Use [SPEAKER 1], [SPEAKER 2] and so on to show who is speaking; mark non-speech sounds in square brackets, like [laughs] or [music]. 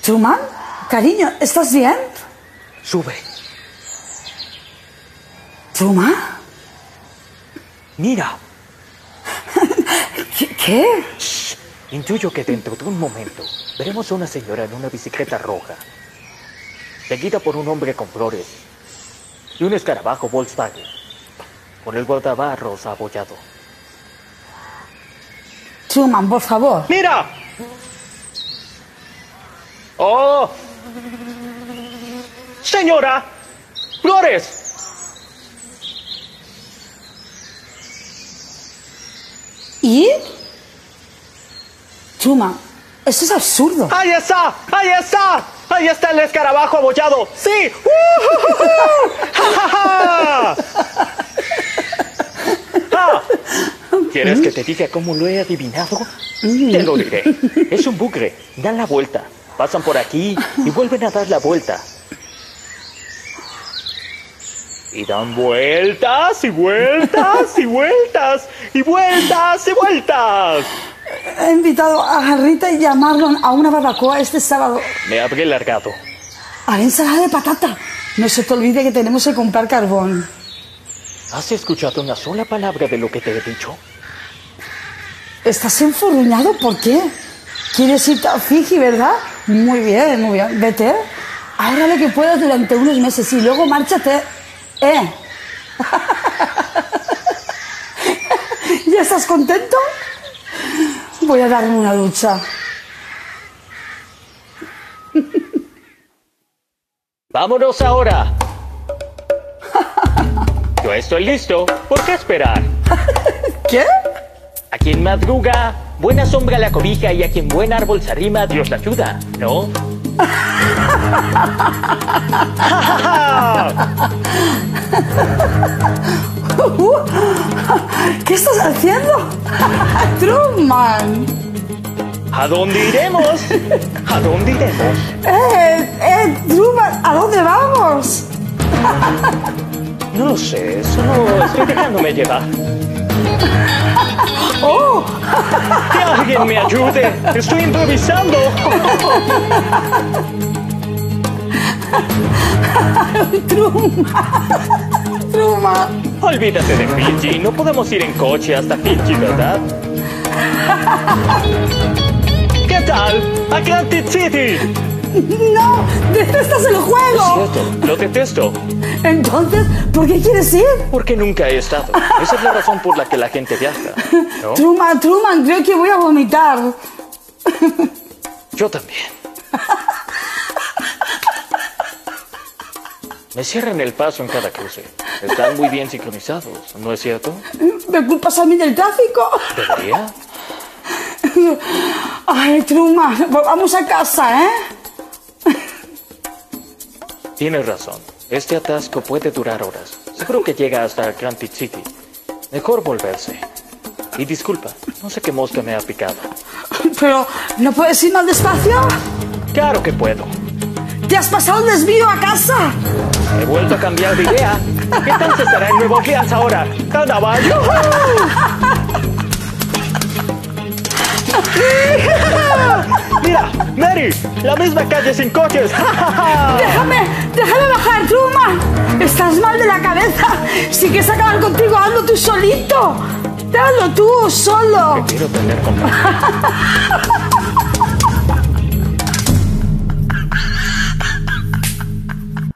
[SPEAKER 1] Truman, cariño, ¿estás bien?
[SPEAKER 2] Sube.
[SPEAKER 1] ¿Truman?
[SPEAKER 2] Mira.
[SPEAKER 1] ¿Qué? qué?
[SPEAKER 2] Shh. Intuyo que dentro de un momento veremos a una señora en una bicicleta roja, seguida por un hombre con flores y un escarabajo Volkswagen, con el guardabarros abollado.
[SPEAKER 1] Truman, por favor.
[SPEAKER 2] ¡Mira! ¡Oh! ¡Señora! ¡Flores!
[SPEAKER 1] ¿Y? Truman, eso es absurdo.
[SPEAKER 2] ¡Ahí está! ¡Ahí está! ¡Ahí está el escarabajo abollado! [laughs] ¡Sí! ¡Uh! ¡Ja, ja, ja! Ah, ¿Quieres que te diga cómo lo he adivinado? Te lo diré. Es un bugre. Dan la vuelta. Pasan por aquí y vuelven a dar la vuelta. Y dan vueltas y vueltas y vueltas y vueltas y vueltas.
[SPEAKER 1] He invitado a Rita y a Marlon a una barbacoa este sábado.
[SPEAKER 2] Me habré largado.
[SPEAKER 1] Haré ensalada de patata. No se te olvide que tenemos que comprar carbón.
[SPEAKER 2] ¿Has escuchado una sola palabra de lo que te he dicho?
[SPEAKER 1] ¿Estás enfurruñado? ¿Por qué? ¿Quieres irte a Fiji, verdad? Muy bien, muy bien. Vete. Ahora lo que puedas durante unos meses y luego márchate. ¿Eh? [laughs] ¿Ya estás contento? Voy a darme una ducha.
[SPEAKER 2] ¡Vámonos ahora! [laughs] Yo estoy listo. ¿Por qué esperar?
[SPEAKER 1] ¿Qué?
[SPEAKER 2] A quien madruga, buena sombra la cobija y a quien buen árbol se arrima, Dios la ayuda, ¿no?
[SPEAKER 1] Uh, ¿Qué estás haciendo? [laughs] Truman.
[SPEAKER 2] ¿A dónde iremos? ¿A dónde iremos?
[SPEAKER 1] Eh, eh, Truman, ¿a dónde vamos?
[SPEAKER 2] No lo sé, solo estoy dejándome llevar.
[SPEAKER 1] ¡Oh!
[SPEAKER 2] [laughs] ¡Que alguien me ayude! ¡Estoy improvisando!
[SPEAKER 1] Truman. [laughs] Truman.
[SPEAKER 2] Olvídate de Fiji, no podemos ir en coche hasta Fiji, ¿verdad? [laughs] ¿Qué tal? ¡Atlantic City!
[SPEAKER 1] No, detestas el juego.
[SPEAKER 2] Cierto, lo detesto.
[SPEAKER 1] Entonces, ¿por qué quieres ir?
[SPEAKER 2] Porque nunca he estado. Esa es la razón por la que la gente viaja, ¿no?
[SPEAKER 1] Truman, Truman, creo que voy a vomitar.
[SPEAKER 2] Yo también. Me cierran el paso en cada cruce. Están muy bien sincronizados, ¿no es cierto?
[SPEAKER 1] ¿Me culpas a mí del tráfico?
[SPEAKER 2] ¿Debería?
[SPEAKER 1] Ay, Truman, vamos a casa, ¿eh?
[SPEAKER 2] Tienes razón. Este atasco puede durar horas. Seguro que llega hasta Atlantic City. Mejor volverse. Y disculpa, no sé qué mosca me ha picado.
[SPEAKER 1] Pero, ¿no puedes ir más despacio?
[SPEAKER 2] Claro que puedo.
[SPEAKER 1] ¿Te has pasado el desvío a casa?
[SPEAKER 2] He vuelto a cambiar de idea. ¿Qué tal se estará en Nueva Orleans ahora? ¡Carnaval! ¡Yujú! [laughs] Mira, Mary, la misma calle sin coches. [laughs]
[SPEAKER 1] Déjame, déjame bajar, Truman. Estás mal de la cabeza. Si quieres acabar contigo, hazlo tú solito. Hazlo tú, solo.
[SPEAKER 2] Quiero tener con